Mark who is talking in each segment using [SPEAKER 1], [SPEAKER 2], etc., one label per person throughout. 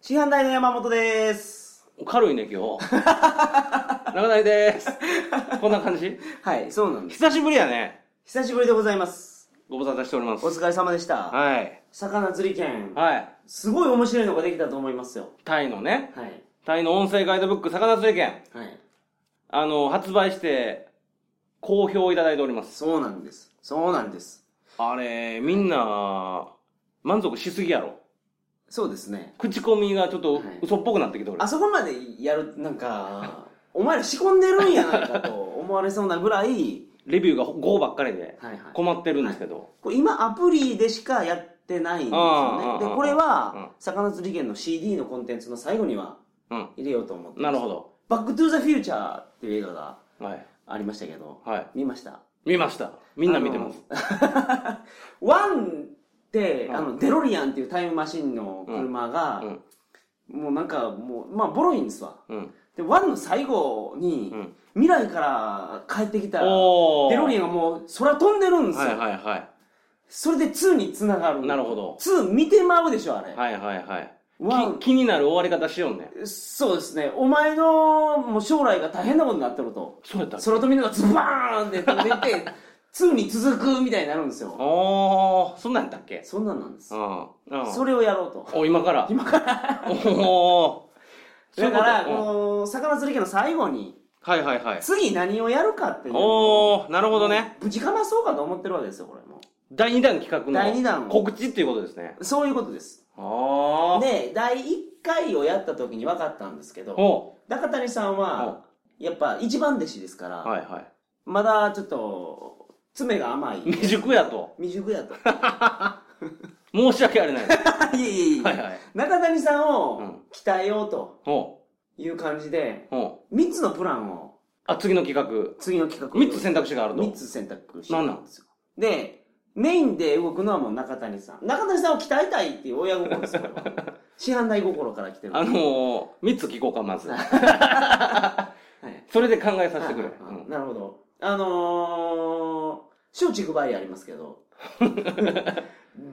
[SPEAKER 1] 師範代の山本です。
[SPEAKER 2] 軽いね、今日。長ないです。こんな感じ
[SPEAKER 1] はい、そうなんです。
[SPEAKER 2] 久しぶりやね。
[SPEAKER 1] 久しぶりでございます。
[SPEAKER 2] ご無沙汰しております。
[SPEAKER 1] お疲れ様でした。
[SPEAKER 2] はい。
[SPEAKER 1] 魚釣り券、
[SPEAKER 2] はい。
[SPEAKER 1] すごい面白いのができたと思いますよ。
[SPEAKER 2] タイのね、
[SPEAKER 1] はい。
[SPEAKER 2] タイの音声ガイドブック、魚釣り券、
[SPEAKER 1] はい。
[SPEAKER 2] あの、発売して、好評いただいております。
[SPEAKER 1] そうなんです。そうなんです。
[SPEAKER 2] あれ、みんな、満足しすぎやろ。
[SPEAKER 1] そうですね。
[SPEAKER 2] 口コミがちょっと
[SPEAKER 1] はい
[SPEAKER 2] 嘘っぽくなってきておる。
[SPEAKER 1] あそこまでやる、なんか、お前ら仕込んでるんやないかと思われそうなぐらい、
[SPEAKER 2] レビューが5ばっかりで
[SPEAKER 1] はいはい
[SPEAKER 2] 困ってるんですけど。
[SPEAKER 1] これ今アプリでしかやってないんです
[SPEAKER 2] あ
[SPEAKER 1] よ
[SPEAKER 2] あ
[SPEAKER 1] ね。
[SPEAKER 2] あ
[SPEAKER 1] で、
[SPEAKER 2] あ
[SPEAKER 1] これ
[SPEAKER 2] う
[SPEAKER 1] は
[SPEAKER 2] ん、
[SPEAKER 1] 魚釣り券の CD のコンテンツの最後には
[SPEAKER 2] うん。
[SPEAKER 1] 入れようと思って。
[SPEAKER 2] なるほど。
[SPEAKER 1] バックトゥーザフューチャーっていう映画が
[SPEAKER 2] はい。
[SPEAKER 1] ありましたけど、
[SPEAKER 2] はい。
[SPEAKER 1] 見ました
[SPEAKER 2] 見ました。みんな見てます。
[SPEAKER 1] ワンって、
[SPEAKER 2] うん
[SPEAKER 1] あの、デロリアンっていうタイムマシンの車が
[SPEAKER 2] う、ん。
[SPEAKER 1] もうなんかもう、まあ、ボロいんですわ。
[SPEAKER 2] うん。
[SPEAKER 1] で、ワンの最後に
[SPEAKER 2] う、ん。
[SPEAKER 1] 未来から帰ってきた、デ
[SPEAKER 2] おー。
[SPEAKER 1] ロリアンがもう空飛んでるんです
[SPEAKER 2] はい
[SPEAKER 1] よ。
[SPEAKER 2] はいは
[SPEAKER 1] それで2に繋がる。
[SPEAKER 2] い。なるほど。
[SPEAKER 1] 2見てまうでしょ、あれ。
[SPEAKER 2] はいはいはい。
[SPEAKER 1] ワン
[SPEAKER 2] き気になる終わり方しようね。
[SPEAKER 1] そうですね。お前の、もう将来が大変なことになってると。
[SPEAKER 2] そうやったっけ
[SPEAKER 1] 空飛びのがズバーンって出て、2に続くみたいになるん ですよ。
[SPEAKER 2] おー、そんなんやったっけ
[SPEAKER 1] そんなんなんです
[SPEAKER 2] う。ん。うん。
[SPEAKER 1] それをやろうと。
[SPEAKER 2] お、今から。
[SPEAKER 1] 今から。
[SPEAKER 2] お ー。
[SPEAKER 1] だから、
[SPEAKER 2] そ
[SPEAKER 1] こ
[SPEAKER 2] ういうこと
[SPEAKER 1] の、魚釣り家の最後に、
[SPEAKER 2] うんはいはいはい。
[SPEAKER 1] 次何をやるかっていう。
[SPEAKER 2] おー、なるほどね。。
[SPEAKER 1] ぶちかまそうかと思ってるわけですよ、これも
[SPEAKER 2] 第2弾企画の。
[SPEAKER 1] 第二弾を
[SPEAKER 2] 告知っていうことですね。
[SPEAKER 1] う。そういうことです。
[SPEAKER 2] あー。
[SPEAKER 1] で、第1回をやった時に分かったんですけど、
[SPEAKER 2] お
[SPEAKER 1] 中谷さんは、やっぱ一番弟子ですから、
[SPEAKER 2] はいは
[SPEAKER 1] まだちょっと、爪が甘い。
[SPEAKER 2] い。未熟やと。
[SPEAKER 1] 未熟 やと。
[SPEAKER 2] 申し訳ありない。
[SPEAKER 1] いえいえいえ
[SPEAKER 2] はいはい。
[SPEAKER 1] 中谷さん
[SPEAKER 2] う
[SPEAKER 1] を
[SPEAKER 2] ん
[SPEAKER 1] 鍛えようと
[SPEAKER 2] お
[SPEAKER 1] いう感じで、
[SPEAKER 2] お
[SPEAKER 1] 3つのプランを、
[SPEAKER 2] あ、次の企画。
[SPEAKER 1] 次の企画
[SPEAKER 2] 3つ選択肢がある
[SPEAKER 1] 3
[SPEAKER 2] と。
[SPEAKER 1] つ選択してたんですよでメインで動くのはもう中谷さん中谷さんを鍛えたいっていう親心ですよこれ は師範代心から来てる
[SPEAKER 2] あのー、3つ聞こうか、ま ず。
[SPEAKER 1] はい
[SPEAKER 2] それで考えさせてくれ。
[SPEAKER 1] はいはいはい
[SPEAKER 2] うん
[SPEAKER 1] なるほどあのー、松竹梅ありますけ ど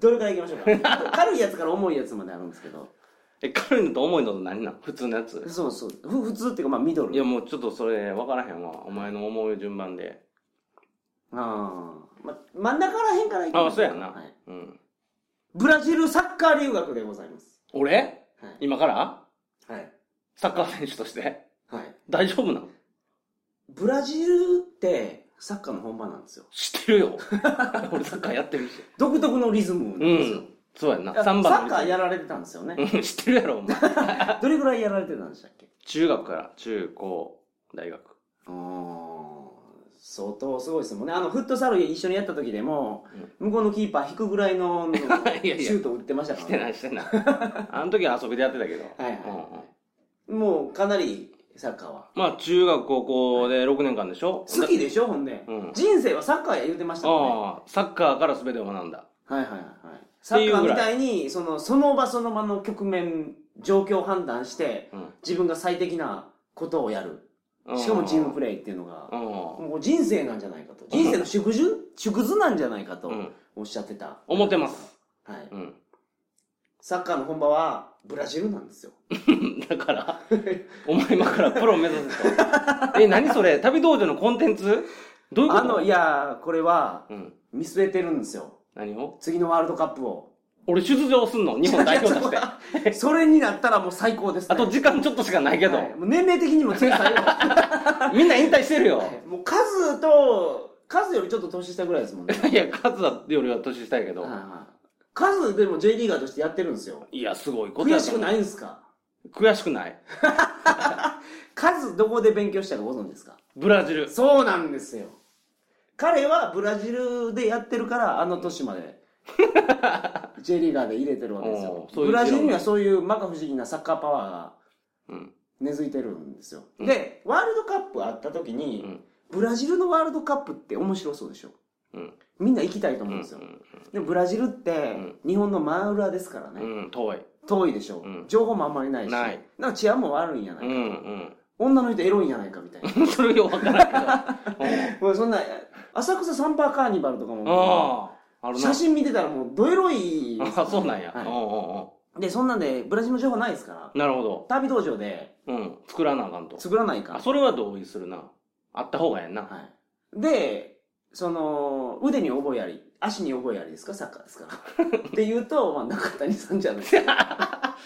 [SPEAKER 1] どれからいきましょうか軽いやつから重いやつまであるんですけど
[SPEAKER 2] え、軽いのと重いのと何なん普通のやつ
[SPEAKER 1] そうそうふ普通っていうかまあミドル
[SPEAKER 2] いやもうちょっとそれ分からへんわ。お前の思う順番で。
[SPEAKER 1] あー、ま、真ん中らへんからいきましょ
[SPEAKER 2] あ、そうやな。
[SPEAKER 1] はい、
[SPEAKER 2] うん。
[SPEAKER 1] ブラジルサッカー留学でございます
[SPEAKER 2] 俺
[SPEAKER 1] はい
[SPEAKER 2] 今から
[SPEAKER 1] はい、
[SPEAKER 2] サッカー選手として
[SPEAKER 1] はい、
[SPEAKER 2] 大丈夫なの
[SPEAKER 1] ブラジルってサッカーの本場なんですよ
[SPEAKER 2] 知ってるよ。 俺サッカーやってるし。
[SPEAKER 1] 独特のリズムなん
[SPEAKER 2] う
[SPEAKER 1] ですよ
[SPEAKER 2] ん。そうやんな。
[SPEAKER 1] あサ
[SPEAKER 2] 3番
[SPEAKER 1] ッカーやられてたんですよね
[SPEAKER 2] うん知ってるやろ、お前。
[SPEAKER 1] どれぐらいやられてたんでしたっけ
[SPEAKER 2] 中学から、中高、大学。
[SPEAKER 1] うーん相当すごいですもんねあのフットサル一緒にやった時でも向こうのキーパー引くぐ らいのシ
[SPEAKER 2] いや
[SPEAKER 1] ュート打ってましたか
[SPEAKER 2] し
[SPEAKER 1] ら
[SPEAKER 2] て
[SPEAKER 1] ね
[SPEAKER 2] ない、して ない。あの時は遊びでやってたけど。
[SPEAKER 1] はいはい
[SPEAKER 2] うんうん
[SPEAKER 1] もうかなりサッカーは
[SPEAKER 2] まあ、中学、高校で6年間でしょ
[SPEAKER 1] 好きでしょほんで、
[SPEAKER 2] うん
[SPEAKER 1] 人生はサッカーや言うてましたもんね
[SPEAKER 2] ああ、サッカーから全てを学んだ。
[SPEAKER 1] はいはいはいサッカーみたいにそのその場その場の局面状況を判断して
[SPEAKER 2] うん
[SPEAKER 1] 自分が最適なことをやるしかもチームプレーっていうのが
[SPEAKER 2] レー。
[SPEAKER 1] もう人生なんじゃないかと人生の縮図縮図なんじゃないかと
[SPEAKER 2] うん。うん。
[SPEAKER 1] おっしゃってた、
[SPEAKER 2] 思ってます。
[SPEAKER 1] はい、
[SPEAKER 2] うん。
[SPEAKER 1] サッカーの本場はブラジルなんですよ
[SPEAKER 2] だから、お前今からプロ目指すと。え、何それ旅道場のコンテンツどういうこと
[SPEAKER 1] あのいやーこれは
[SPEAKER 2] うん。
[SPEAKER 1] 見据えてるんですよ
[SPEAKER 2] 何を
[SPEAKER 1] 次のワールドカップ を
[SPEAKER 2] 俺出場すんの日本代表と して。あ
[SPEAKER 1] いやそれはそれになったらもう最高です、ね、
[SPEAKER 2] と時間ちょっとしかないけど、
[SPEAKER 1] はいもう年齢的にも次最後
[SPEAKER 2] みんな引退してるよ。
[SPEAKER 1] もうカズとカズよりちょっと年下ぐらいですもんね
[SPEAKER 2] いや、勝つだよりは年下やけど
[SPEAKER 1] はい。はいカズでも J リーガーとしてやってるんですよ
[SPEAKER 2] いや、すごいこと
[SPEAKER 1] 悔
[SPEAKER 2] や
[SPEAKER 1] しくないいんですか
[SPEAKER 2] 悔しくない。
[SPEAKER 1] カズどこで勉強したかご存知ですか
[SPEAKER 2] ブラジル。
[SPEAKER 1] そうなんですよ。彼はブラジルでやってるから、あの年ま で。J リーガーで入れてるわけですよ
[SPEAKER 2] おー。そういう
[SPEAKER 1] ブラジルにはそういう摩訶不思議なサッカーパワーが
[SPEAKER 2] うん。
[SPEAKER 1] 根付いてるんですよ。で、ワールドカップあった時
[SPEAKER 2] う
[SPEAKER 1] に、
[SPEAKER 2] ん。
[SPEAKER 1] ブラジルのワールドカップって面白そうでしょ。
[SPEAKER 2] うん。
[SPEAKER 1] みんな行きたいと
[SPEAKER 2] う
[SPEAKER 1] 思うんんですよ。でもブラジルって
[SPEAKER 2] ん、
[SPEAKER 1] 日本の真裏ですからね。
[SPEAKER 2] うん。遠い。
[SPEAKER 1] 遠いでしょ、
[SPEAKER 2] うん
[SPEAKER 1] 情報もあんまりないし。
[SPEAKER 2] ない
[SPEAKER 1] んか治安も悪いんやな
[SPEAKER 2] う
[SPEAKER 1] い、
[SPEAKER 2] ん。
[SPEAKER 1] 女の人エロいんやないかみたいな。
[SPEAKER 2] うん。それよくわからんけ ど。うん
[SPEAKER 1] もうそんな、 浅草サンバーカーニバルとかも。
[SPEAKER 2] ああ。あるな
[SPEAKER 1] 写。真見てたらもうどエロいです
[SPEAKER 2] あ、そうなんや。
[SPEAKER 1] はい
[SPEAKER 2] おうおうおう
[SPEAKER 1] でそんなんでブラジルの情報ないですから
[SPEAKER 2] なるほど。
[SPEAKER 1] 旅道場で
[SPEAKER 2] うん。作らなあかんと。
[SPEAKER 1] 作らないか
[SPEAKER 2] あ、それは同意するな。あった方がええな。
[SPEAKER 1] はい、でその腕に覚えあり足に覚えありですかサッカーですから って言うと、まあ、中谷さんじゃないですか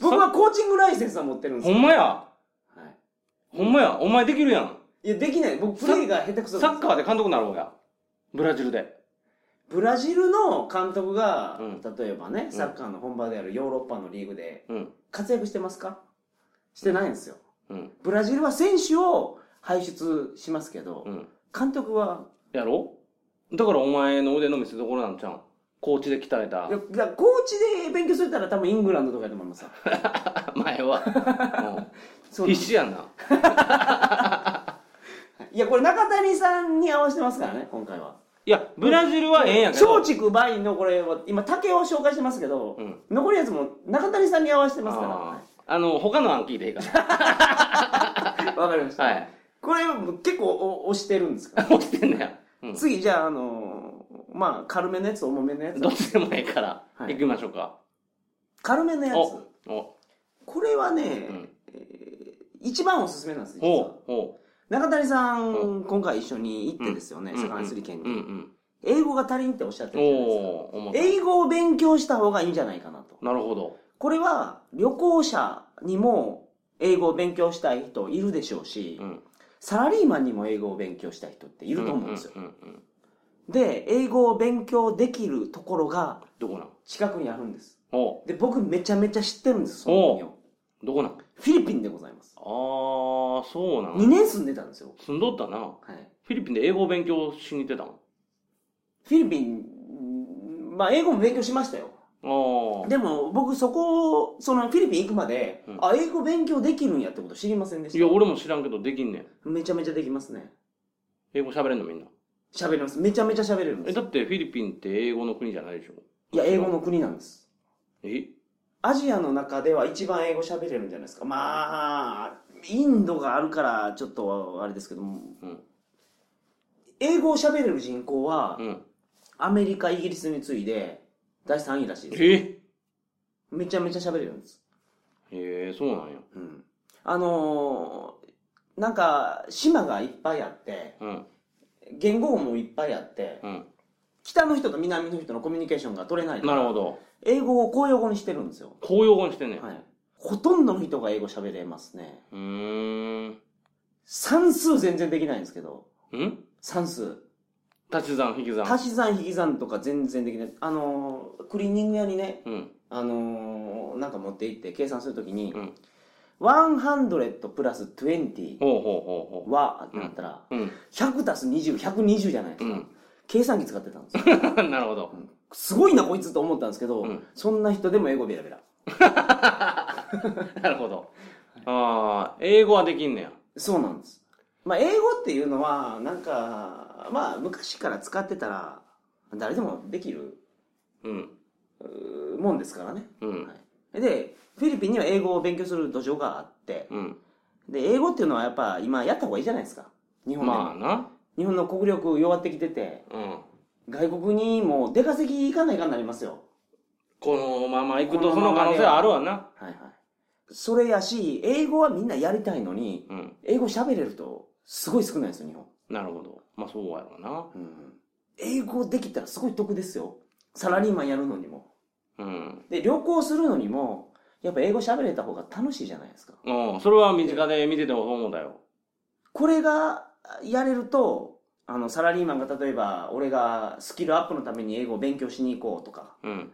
[SPEAKER 1] 僕はコーチングライセンスは持ってるんです
[SPEAKER 2] ほ
[SPEAKER 1] よ、
[SPEAKER 2] んまや。
[SPEAKER 1] は
[SPEAKER 2] ほんまや。お前できるやん。
[SPEAKER 1] い、いやできない僕プレーが下手くそ
[SPEAKER 2] サッカーで監督になろうや。ブラジルで。
[SPEAKER 1] ブラジルの監督が、
[SPEAKER 2] うん
[SPEAKER 1] 例えばねサッカーの本場であるヨーロッパのリーグで
[SPEAKER 2] うん。
[SPEAKER 1] 活躍してますかしてないんですよ
[SPEAKER 2] うん。
[SPEAKER 1] ブラジルは選手を輩出しますけど、
[SPEAKER 2] うん。
[SPEAKER 1] 監督は
[SPEAKER 2] やろだからお前の腕の見せ所なんちゃうん。コーチで鍛えた
[SPEAKER 1] い。やだからコーチで勉強するたら多分イングランドとかやと思いますよ
[SPEAKER 2] 前は。
[SPEAKER 1] そ
[SPEAKER 2] うん
[SPEAKER 1] う
[SPEAKER 2] 必死やんな。
[SPEAKER 1] いやこれ中谷さんに合わせてますからね今回はい
[SPEAKER 2] や、ブラジルはええんやけど。
[SPEAKER 1] 松竹梅のこれは今竹を紹介してますけど、
[SPEAKER 2] うん
[SPEAKER 1] 残りやつも中谷さんに合わせてますから
[SPEAKER 2] あーあの、他の案聞いて いいかな。
[SPEAKER 1] はいわかりました、
[SPEAKER 2] はい。
[SPEAKER 1] これも結構お押してるんですか
[SPEAKER 2] 落ちてんねや。うん。
[SPEAKER 1] 次じゃああのーまあ軽めのやつ重めのやつ
[SPEAKER 2] どっちでもええから、
[SPEAKER 1] はい
[SPEAKER 2] 行きましょうか。
[SPEAKER 1] 軽めのやつ
[SPEAKER 2] お、お、
[SPEAKER 1] これはね、
[SPEAKER 2] うん。
[SPEAKER 1] えー一番おすすめなんです実
[SPEAKER 2] お
[SPEAKER 1] は
[SPEAKER 2] う、お
[SPEAKER 1] 中谷さん、
[SPEAKER 2] う
[SPEAKER 1] 今回一緒に行ってですよね、
[SPEAKER 2] う。
[SPEAKER 1] 世界アスリート
[SPEAKER 2] う
[SPEAKER 1] 県
[SPEAKER 2] ん
[SPEAKER 1] に、
[SPEAKER 2] うん。
[SPEAKER 1] 英語が足りんっておっしゃって
[SPEAKER 2] お
[SPEAKER 1] るじゃないですか
[SPEAKER 2] お、思った。
[SPEAKER 1] 英語を勉強した方がいいんじゃないかなと
[SPEAKER 2] なるほど。
[SPEAKER 1] これは旅行者にも英語を勉強したい人いるでしょうし、
[SPEAKER 2] うん。
[SPEAKER 1] サラリーマンにも英語を勉強したい人ってい
[SPEAKER 2] い
[SPEAKER 1] ると思うんですよ、。
[SPEAKER 2] うんうん。
[SPEAKER 1] で英語を勉強できるところが
[SPEAKER 2] どこなん
[SPEAKER 1] 近くにあるんです
[SPEAKER 2] おう、
[SPEAKER 1] で僕めちゃめちゃ知ってるんですその国を
[SPEAKER 2] どこなん
[SPEAKER 1] フィリピンでございます
[SPEAKER 2] あー、そうな
[SPEAKER 1] 2
[SPEAKER 2] ん。
[SPEAKER 1] 年住んでたんですよ、
[SPEAKER 2] 住んどったな。
[SPEAKER 1] はい、
[SPEAKER 2] フィリピンで英語を勉強しに行ってた
[SPEAKER 1] フィリピンうんまあ英語も勉強しましたよ
[SPEAKER 2] もん。あ
[SPEAKER 1] でも僕そこそのフィリピン行くまで、
[SPEAKER 2] うん
[SPEAKER 1] あ英語勉強できるんやってこと知りませんで
[SPEAKER 2] ー。
[SPEAKER 1] し
[SPEAKER 2] いや、
[SPEAKER 1] た
[SPEAKER 2] 俺も知らんけど、できんねん。
[SPEAKER 1] めちゃめちゃできますね
[SPEAKER 2] 英語喋れんのみんな。
[SPEAKER 1] 喋れますめちゃめちゃ喋れるんで
[SPEAKER 2] え、
[SPEAKER 1] す
[SPEAKER 2] だってフィリピンって英語の国じゃないでしょ。
[SPEAKER 1] いや英語の国なんです
[SPEAKER 2] え
[SPEAKER 1] アジアの中では一番英語喋れるんじゃないですかまあインドがあるからちょっとあれですけども
[SPEAKER 2] うん。
[SPEAKER 1] 英語を喋れる人口は
[SPEAKER 2] うん。
[SPEAKER 1] アメリカイギリスに次いで第3位らしいです
[SPEAKER 2] え
[SPEAKER 1] めちゃめちゃ喋れるんです
[SPEAKER 2] えー、そうなんや。
[SPEAKER 1] うんあのーなんか島がいっぱいあって
[SPEAKER 2] うん。
[SPEAKER 1] 言語もいっぱいあって
[SPEAKER 2] う
[SPEAKER 1] 北の人と南の人のコミュニケーションが取れない
[SPEAKER 2] ん。なるほど。
[SPEAKER 1] 英語を公用語にしてるんですよ、
[SPEAKER 2] 公用語にしてんねん。
[SPEAKER 1] はい、ほとんどの人が英語喋れますね
[SPEAKER 2] うーん。
[SPEAKER 1] 算数全然できないんですけど
[SPEAKER 2] ん
[SPEAKER 1] 算数
[SPEAKER 2] 足し算引き算
[SPEAKER 1] 足し算引き算とか全然できないあのークリーニング屋にね
[SPEAKER 2] うん
[SPEAKER 1] あのーなんか持って行って計算するときに、
[SPEAKER 2] うん
[SPEAKER 1] 100プラス20
[SPEAKER 2] ほうほうほうほ
[SPEAKER 1] はってなったら、
[SPEAKER 2] ううん
[SPEAKER 1] 100足す20120じゃないですか、計算機使ってたんですよ
[SPEAKER 2] うん なるほど
[SPEAKER 1] すごいなこいつと思ったんですけど、
[SPEAKER 2] うん
[SPEAKER 1] そんな人でも英語ベラベラ
[SPEAKER 2] なるほどああ英語はできんねや
[SPEAKER 1] そうなんですまあ英語っていうのはなんかまあ昔から使ってたら誰でもできる
[SPEAKER 2] うん
[SPEAKER 1] うーもんですからね
[SPEAKER 2] うん
[SPEAKER 1] はい、でフィリピンには英語を勉強する土壌があって
[SPEAKER 2] うん
[SPEAKER 1] で英語っていうのはやっぱ今やった方がいいじゃないですか日本でも、
[SPEAKER 2] まあな
[SPEAKER 1] 日本の国力弱ってきてて
[SPEAKER 2] うん
[SPEAKER 1] 外国にもう出稼ぎ行かないかになりますよ
[SPEAKER 2] このまま行くと
[SPEAKER 1] こ
[SPEAKER 2] そ
[SPEAKER 1] のま
[SPEAKER 2] の
[SPEAKER 1] ま
[SPEAKER 2] 可能
[SPEAKER 1] で
[SPEAKER 2] 性あるわな
[SPEAKER 1] はいはいそれやし英語はみんなやりたいのに
[SPEAKER 2] うん
[SPEAKER 1] 英語喋れるとすごい少ないんですよ日本、
[SPEAKER 2] なるほどまあそうやろう
[SPEAKER 1] うん、英語できたらすごい得ですよサラリーマンやるのにも
[SPEAKER 2] なうん
[SPEAKER 1] で旅行するのにもやっぱ英語喋れた方が楽しいじゃないですか
[SPEAKER 2] うんそれは身近で見ててもそう思うんだよ
[SPEAKER 1] これがやれるとあのサラリーマンが例えば俺がスキルアップのために英語を勉強しに行こうとか
[SPEAKER 2] うん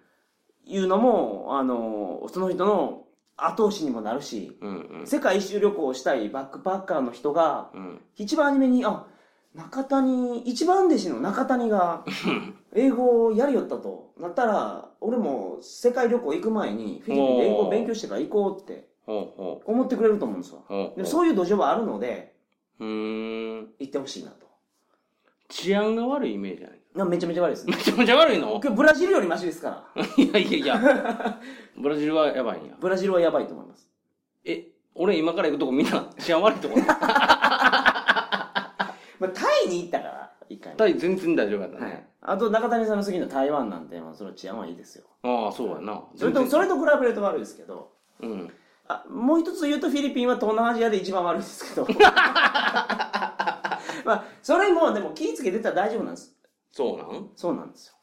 [SPEAKER 1] いうのもあのその人の後押しにもなるし
[SPEAKER 2] うんうん
[SPEAKER 1] 世界一周旅行をしたいバックパッカーの人が
[SPEAKER 2] うん
[SPEAKER 1] 一番初めにあ中谷一番弟子の中谷が英語をやりよったとなったら俺も世界旅行行く前にフィリピンで英語を勉強してから行こうって
[SPEAKER 2] ほうほ
[SPEAKER 1] 思ってくれると思うんですわ
[SPEAKER 2] うほう
[SPEAKER 1] でも
[SPEAKER 2] ほ
[SPEAKER 1] そういう土壌はあるので
[SPEAKER 2] ううーん
[SPEAKER 1] 行ってほしいなと
[SPEAKER 2] 治安が悪いイメージじゃない
[SPEAKER 1] なめちゃめちゃ悪いですね
[SPEAKER 2] めちゃめちゃ悪いの
[SPEAKER 1] 僕ブラジルよりマシですから
[SPEAKER 2] いやいやいやブラジルはやばいんや
[SPEAKER 1] ブラジルはやばいと思います
[SPEAKER 2] え、俺今から行くとこみんな 治安悪いとこなの
[SPEAKER 1] まあタイに行ったから一回
[SPEAKER 2] タイ全然大丈夫やったね。
[SPEAKER 1] はい、あと中谷さんの次の台湾なんて、まあ、その治安はいいですよ
[SPEAKER 2] ああそうやな
[SPEAKER 1] それとそれと比べると悪いですけど
[SPEAKER 2] うん
[SPEAKER 1] あもう一つ言うとフィリピンは東南アジアで一番悪いですけどまあそれもでも気ぃつけてたら大丈夫なんです
[SPEAKER 2] そうなん
[SPEAKER 1] そうなんですよ、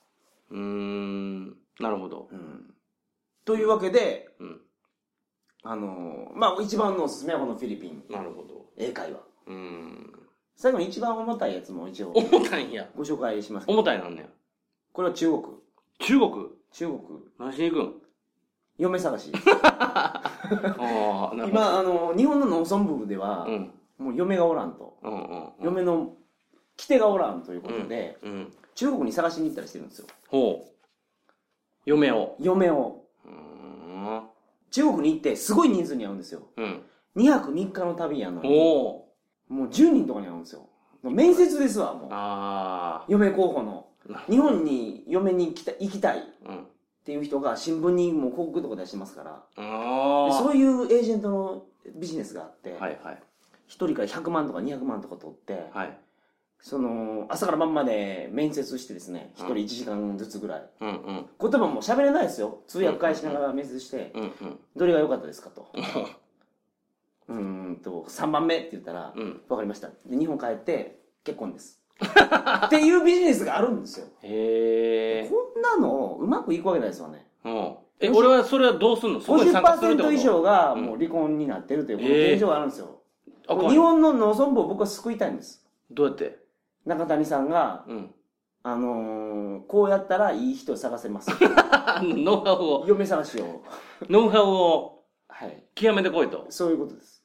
[SPEAKER 2] うーんなるほど
[SPEAKER 1] うん、というわけで
[SPEAKER 2] うん
[SPEAKER 1] あのーまあ一番のおすすめはこのフィリピン
[SPEAKER 2] なるほど
[SPEAKER 1] 英会話
[SPEAKER 2] うーん
[SPEAKER 1] 最後に一番重たいやつも一応
[SPEAKER 2] 重たいんや
[SPEAKER 1] ご紹介します
[SPEAKER 2] 重たいなんねや
[SPEAKER 1] これは中国
[SPEAKER 2] 中国
[SPEAKER 1] 中国
[SPEAKER 2] 何しに行くん
[SPEAKER 1] 嫁探し
[SPEAKER 2] ああなるほど
[SPEAKER 1] 今あの日本の農村部では
[SPEAKER 2] う、ん
[SPEAKER 1] もう嫁がおらんと
[SPEAKER 2] うんうんうん
[SPEAKER 1] 嫁の来手がおらんということで、
[SPEAKER 2] うん
[SPEAKER 1] 中国に探しに行ったりしてるんですよ
[SPEAKER 2] ほう嫁を
[SPEAKER 1] 嫁を
[SPEAKER 2] うーん
[SPEAKER 1] 中国に行ってすごい人数に会うんですよ
[SPEAKER 2] うん
[SPEAKER 1] 2泊3日の旅やのに
[SPEAKER 2] おお
[SPEAKER 1] もう10人とかに会うんですよ面接ですわもう
[SPEAKER 2] あ
[SPEAKER 1] 嫁候補の
[SPEAKER 2] な
[SPEAKER 1] 日本に嫁に来た行きたいっ
[SPEAKER 2] あうん
[SPEAKER 1] ていう人が新聞にもう広告とか出してますから
[SPEAKER 2] あ
[SPEAKER 1] で
[SPEAKER 2] あ
[SPEAKER 1] そういうエージェントのビジネスがあって、
[SPEAKER 2] はいはい
[SPEAKER 1] 1人から100万とか200万とか取って、
[SPEAKER 2] はい
[SPEAKER 1] その朝から晩まで面接してですね1人1時間ずつぐらい、
[SPEAKER 2] うんうん
[SPEAKER 1] 言葉も喋れないですよ通訳返しながら面接して、
[SPEAKER 2] うんうん
[SPEAKER 1] どれが良かったですかと うーんと3番目って言ったら、わ
[SPEAKER 2] うん
[SPEAKER 1] 分かりましたで日本帰って結婚です っていうビジネスがあるんですよ
[SPEAKER 2] へえ
[SPEAKER 1] こんなのうまくいくわけないですよね
[SPEAKER 2] うんえ俺はそれはどうすんのそこに参加するって
[SPEAKER 1] 50%
[SPEAKER 2] こと
[SPEAKER 1] 以上が
[SPEAKER 2] うん
[SPEAKER 1] もう離婚になってるというこの
[SPEAKER 2] ええ
[SPEAKER 1] 現状があるんですよ、
[SPEAKER 2] あかん
[SPEAKER 1] 日本の農村部を僕は救いたいんです
[SPEAKER 2] どうやって
[SPEAKER 1] 中谷さんが、
[SPEAKER 2] うん
[SPEAKER 1] あのーこうやったらいい人を探せます
[SPEAKER 2] あノウハウを
[SPEAKER 1] 嫁探しを
[SPEAKER 2] ノウハウを
[SPEAKER 1] はい
[SPEAKER 2] 極めてこいと
[SPEAKER 1] そういうことです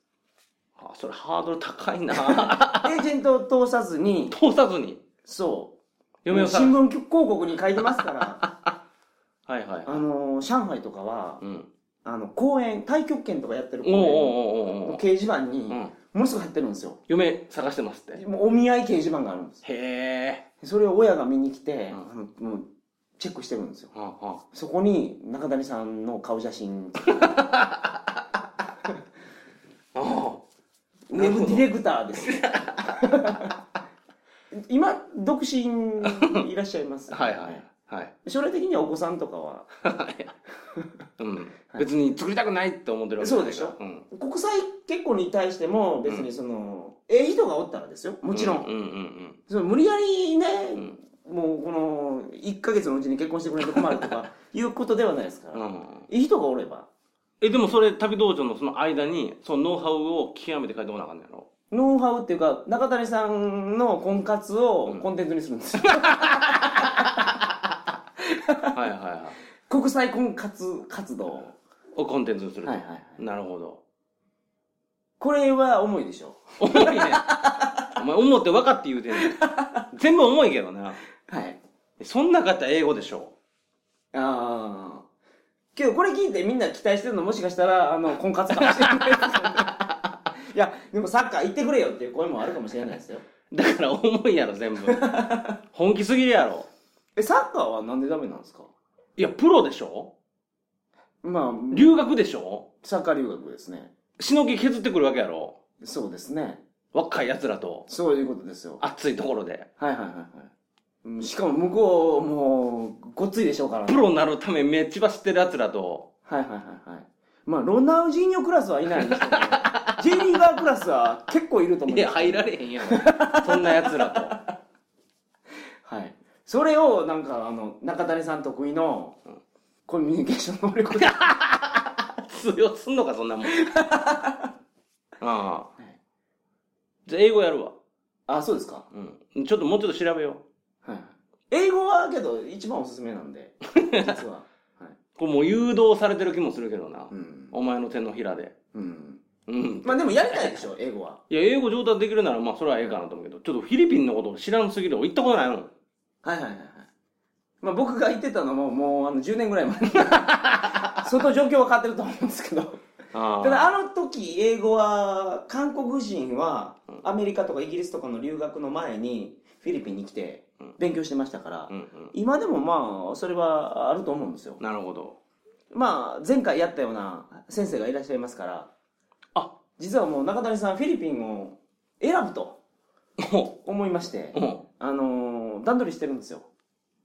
[SPEAKER 2] あそれハードル高い な
[SPEAKER 1] エージェントを通さずに
[SPEAKER 2] 通さずに
[SPEAKER 1] そう
[SPEAKER 2] 嫁をさ
[SPEAKER 1] 新聞広告に書いてますから
[SPEAKER 2] はいはい
[SPEAKER 1] あのー上海とかは
[SPEAKER 2] うん
[SPEAKER 1] あの公園太極拳とかやってる公
[SPEAKER 2] おうおう
[SPEAKER 1] 園
[SPEAKER 2] おうお
[SPEAKER 1] の
[SPEAKER 2] う
[SPEAKER 1] 掲示板に
[SPEAKER 2] う
[SPEAKER 1] も
[SPEAKER 2] ん
[SPEAKER 1] のすごい入ってるんですよ
[SPEAKER 2] 嫁探してますって
[SPEAKER 1] もうお見合い掲示板があるんです
[SPEAKER 2] へえ
[SPEAKER 1] それを親が見に来て、
[SPEAKER 2] うん
[SPEAKER 1] あのもうチェックしてるんですよ
[SPEAKER 2] はあは
[SPEAKER 1] そこに中谷さんの顔写 真
[SPEAKER 2] ああ
[SPEAKER 1] ウェブディレクターです 今独身いらっしゃいます
[SPEAKER 2] あ はいはいはい
[SPEAKER 1] 将来的にはお子さんとかは
[SPEAKER 2] うん別に作りたくないって思ってるわけ
[SPEAKER 1] そうでしょ
[SPEAKER 2] うん
[SPEAKER 1] 国際結婚に対しても別にその、ええ人がおったらですよもちろん、
[SPEAKER 2] うんうんうん
[SPEAKER 1] その無理やりね、
[SPEAKER 2] うん
[SPEAKER 1] もうこの1ヶ月のうちに結婚してくれないと困ると かいうことではないですから、え
[SPEAKER 2] うん
[SPEAKER 1] え人がおれば
[SPEAKER 2] えでもそれ旅道場のその間にそのノウハウを極めて書いておかなあかんのやろ
[SPEAKER 1] ノウハウっていうか中谷さんの婚活を
[SPEAKER 2] うん
[SPEAKER 1] コンテンツにするんです よ、
[SPEAKER 2] はいはいはい
[SPEAKER 1] 国際婚活活動
[SPEAKER 2] をコンテンツにすると
[SPEAKER 1] はいはいはい
[SPEAKER 2] なるほど
[SPEAKER 1] これは重いでしょ
[SPEAKER 2] 重いねお前思って分かって言うてんねん全部重いけどな
[SPEAKER 1] はい
[SPEAKER 2] そんな方英語でしょ
[SPEAKER 1] ああけどこれ聞いてみんな期待してるのもしかしたらあの婚活かもしれないですよね いやでもサッカー行ってくれよっていう声もあるかもしれないですよ
[SPEAKER 2] だから重いやろ全部本気すぎるやろ
[SPEAKER 1] えサッカーはなんでダメなんですか
[SPEAKER 2] いやプロでしょ
[SPEAKER 1] まあ
[SPEAKER 2] 留学でしょ
[SPEAKER 1] サッカー留学ですね
[SPEAKER 2] しのぎ削ってくるわけやろ
[SPEAKER 1] そうですね
[SPEAKER 2] 若い奴らと
[SPEAKER 1] そういうことですよ
[SPEAKER 2] 熱いところで
[SPEAKER 1] はいはいはいはいうんしかも向こうもうごっついでしょうから
[SPEAKER 2] プロになるためめっちば知ってる奴らと
[SPEAKER 1] はいはいはいはいまあロナウジーニョクラスはいないんですけど J リーガークラスは結構いると思うん
[SPEAKER 2] い
[SPEAKER 1] で
[SPEAKER 2] や
[SPEAKER 1] す
[SPEAKER 2] 入られへんやんそんな奴らと
[SPEAKER 1] はいそれをなんかあの中谷さん得意のコミュニケーション能 力で
[SPEAKER 2] 通用すんのかそんな もんああじゃあ英語やるわ、
[SPEAKER 1] あそうですか
[SPEAKER 2] うん、ちょっともうちょっと調べよ
[SPEAKER 1] はい英語はけど一番おすすめなんで実 ははい、
[SPEAKER 2] うこれもう誘導されてる気もするけどな、
[SPEAKER 1] うん
[SPEAKER 2] お前の手のひらで
[SPEAKER 1] うん、
[SPEAKER 2] うん
[SPEAKER 1] まあでもやりたいでしょ英語はい
[SPEAKER 2] や英語上達できるならまあそれはええかなと思うけどちょっとフィリピンのこと知らんすぎる俺行ったことないもん
[SPEAKER 1] はいはいはいはい。まあ僕が言ってたのももうあの10年ぐらい前に相当状況は変わってると思うんですけど
[SPEAKER 2] ああ
[SPEAKER 1] ただあの時英語は韓国人はアメリカとかイギリスとかの留学の前にフィリピンに来て勉強してましたから、
[SPEAKER 2] うんうん
[SPEAKER 1] 今でもまあそれはあると思うんですよ
[SPEAKER 2] なるほど
[SPEAKER 1] まあ前回やったような先生がいらっしゃいますから
[SPEAKER 2] あ
[SPEAKER 1] 実はもう中谷さんフィリピンを選ぶと
[SPEAKER 2] お
[SPEAKER 1] 思いまして
[SPEAKER 2] お
[SPEAKER 1] あのー段取りしてるんですよ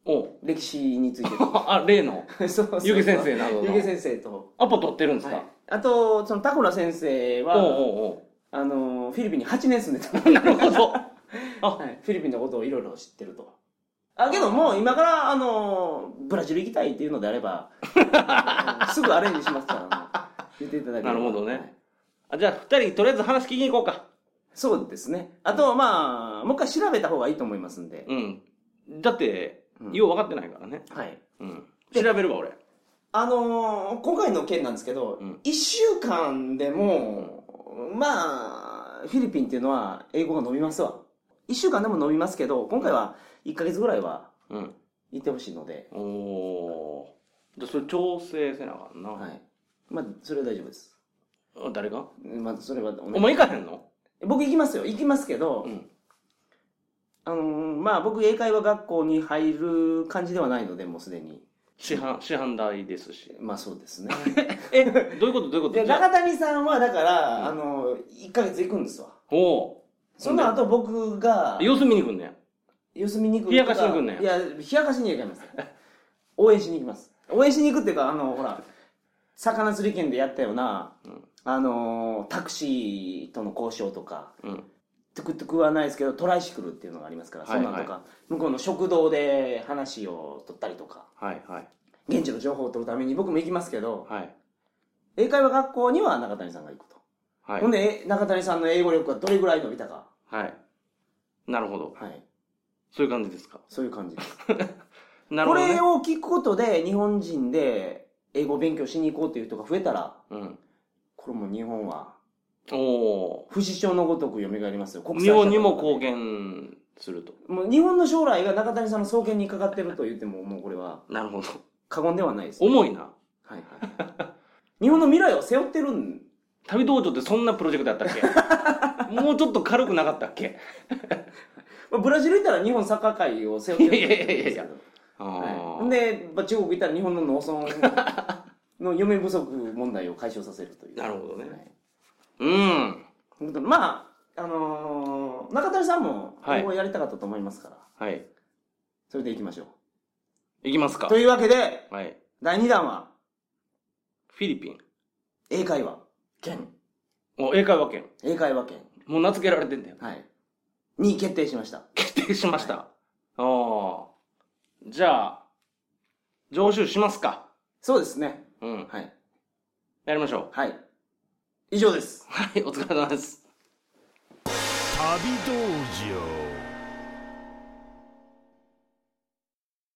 [SPEAKER 2] お う
[SPEAKER 1] 歴史について
[SPEAKER 2] あ例の
[SPEAKER 1] と そうそう
[SPEAKER 2] ゆげ先生など
[SPEAKER 1] ゆ
[SPEAKER 2] の
[SPEAKER 1] げ先生と、
[SPEAKER 2] アポ取ってるんですか、
[SPEAKER 1] はいあとそのタコラ先生
[SPEAKER 2] おう
[SPEAKER 1] は
[SPEAKER 2] おう
[SPEAKER 1] あのフィリピンに8年住んでた
[SPEAKER 2] おう なるほどあ
[SPEAKER 1] はい、フィリピンのことをいろいろ知ってるとあけどもう今からあのブラジル行きたいっていうのであれ ばあのすぐアレンジしますからあの言っていただければ
[SPEAKER 2] なるほどね
[SPEAKER 1] はい
[SPEAKER 2] あじゃあ二人とりあえず話聞きに行こうか
[SPEAKER 1] そうですねあとまあもう一回調べた方がいいと思いますんで、
[SPEAKER 2] うんだって、
[SPEAKER 1] うん
[SPEAKER 2] よう分かってないからね、
[SPEAKER 1] はい
[SPEAKER 2] うん、
[SPEAKER 1] で
[SPEAKER 2] 調べるわ俺
[SPEAKER 1] あのー今回の件なんですけど、
[SPEAKER 2] うん
[SPEAKER 1] 一1週間でも、まあフィリピンっていうのは英語が伸びますわ1週間でも伸びますけど今回は1ヶ月ぐらいは
[SPEAKER 2] うん
[SPEAKER 1] 行ってほしいので、
[SPEAKER 2] おおーじゃあそれ調整せなあかんな、
[SPEAKER 1] はいまあそれは大丈夫です
[SPEAKER 2] あ誰が
[SPEAKER 1] まあそれはお願いします
[SPEAKER 2] お前行かへんの
[SPEAKER 1] 僕行きますよ行きますけど、
[SPEAKER 2] うん
[SPEAKER 1] あのーまあ僕英会話学校に入る感じではないのでもうすでに
[SPEAKER 2] 師範師範代ですし
[SPEAKER 1] まあそうですね
[SPEAKER 2] え どういうことどういうこと
[SPEAKER 1] で
[SPEAKER 2] じゃあ
[SPEAKER 1] 中谷さんはだから、
[SPEAKER 2] うん
[SPEAKER 1] あの1ヶ月行くんですわ
[SPEAKER 2] おお
[SPEAKER 1] その後僕が
[SPEAKER 2] 様子見に来んねや
[SPEAKER 1] 様子見に行く
[SPEAKER 2] 冷やかしに行くんね
[SPEAKER 1] いや冷やかしには行かないです応援しに行きます応援しに行くっていうかあのほら魚釣り券でやったような、
[SPEAKER 2] うん
[SPEAKER 1] あのータクシーとの交渉とか
[SPEAKER 2] うん
[SPEAKER 1] トゥクトゥクはないですけどトライシクルっていうのがありますから、
[SPEAKER 2] はいはい
[SPEAKER 1] そんなんとか向こうの食堂で話を取ったりとか
[SPEAKER 2] はいはい
[SPEAKER 1] 現地の情報を取るために僕も行きますけど
[SPEAKER 2] はい
[SPEAKER 1] 英会話学校には中谷さんが行くと、
[SPEAKER 2] はい
[SPEAKER 1] ほんでえ中谷さんの英語力がどれぐらい伸びたか
[SPEAKER 2] はいなるほど
[SPEAKER 1] はい
[SPEAKER 2] そういう感じですか
[SPEAKER 1] そういう感じです、
[SPEAKER 2] なる
[SPEAKER 1] こ
[SPEAKER 2] ほど、ね
[SPEAKER 1] れ、を聞くことで日本人で英語を勉強しに行こうっていう人が増えたら
[SPEAKER 2] うん
[SPEAKER 1] これもう日本は
[SPEAKER 2] おお
[SPEAKER 1] 不死鳥のごとく蘇りますよ国
[SPEAKER 2] 日本にも
[SPEAKER 1] こ
[SPEAKER 2] 貢献すると
[SPEAKER 1] うもう日本の将来が中谷さんの創建にかかってると言ってももうこれは
[SPEAKER 2] なるほど
[SPEAKER 1] 過言ではないです
[SPEAKER 2] 重いな
[SPEAKER 1] はいはい、日本の未来を背負ってるん
[SPEAKER 2] 旅道場ってそんなプロジェクトやったっ けもうちょっと軽くなかったっけ
[SPEAKER 1] まあブラジル行ったら日本サッカー界を背負ってるんですけど
[SPEAKER 2] いやいやいやいやああ
[SPEAKER 1] はい、で、まあ、中国行ったら日本の農村の嫁不足問題を解消させるという
[SPEAKER 2] なるほどね
[SPEAKER 1] はい
[SPEAKER 2] うん
[SPEAKER 1] 本当にまああのー中谷さんも
[SPEAKER 2] はい
[SPEAKER 1] 今後やりたかったと思いますから、
[SPEAKER 2] はい
[SPEAKER 1] それでいきましょう
[SPEAKER 2] いきますか
[SPEAKER 1] というわけで
[SPEAKER 2] はい
[SPEAKER 1] 第2弾は
[SPEAKER 2] フィリピン
[SPEAKER 1] 英会話兼
[SPEAKER 2] お英会話圏
[SPEAKER 1] 英会話兼
[SPEAKER 2] もう名付けられてんだよ
[SPEAKER 1] はいに決定しました
[SPEAKER 2] 決定しました。ああ。じゃあ、常習しますか。
[SPEAKER 1] そうですね
[SPEAKER 2] うん。
[SPEAKER 1] はい
[SPEAKER 2] やりましょう。
[SPEAKER 1] はい以上です
[SPEAKER 2] はい、お疲れ様です。
[SPEAKER 3] 旅道場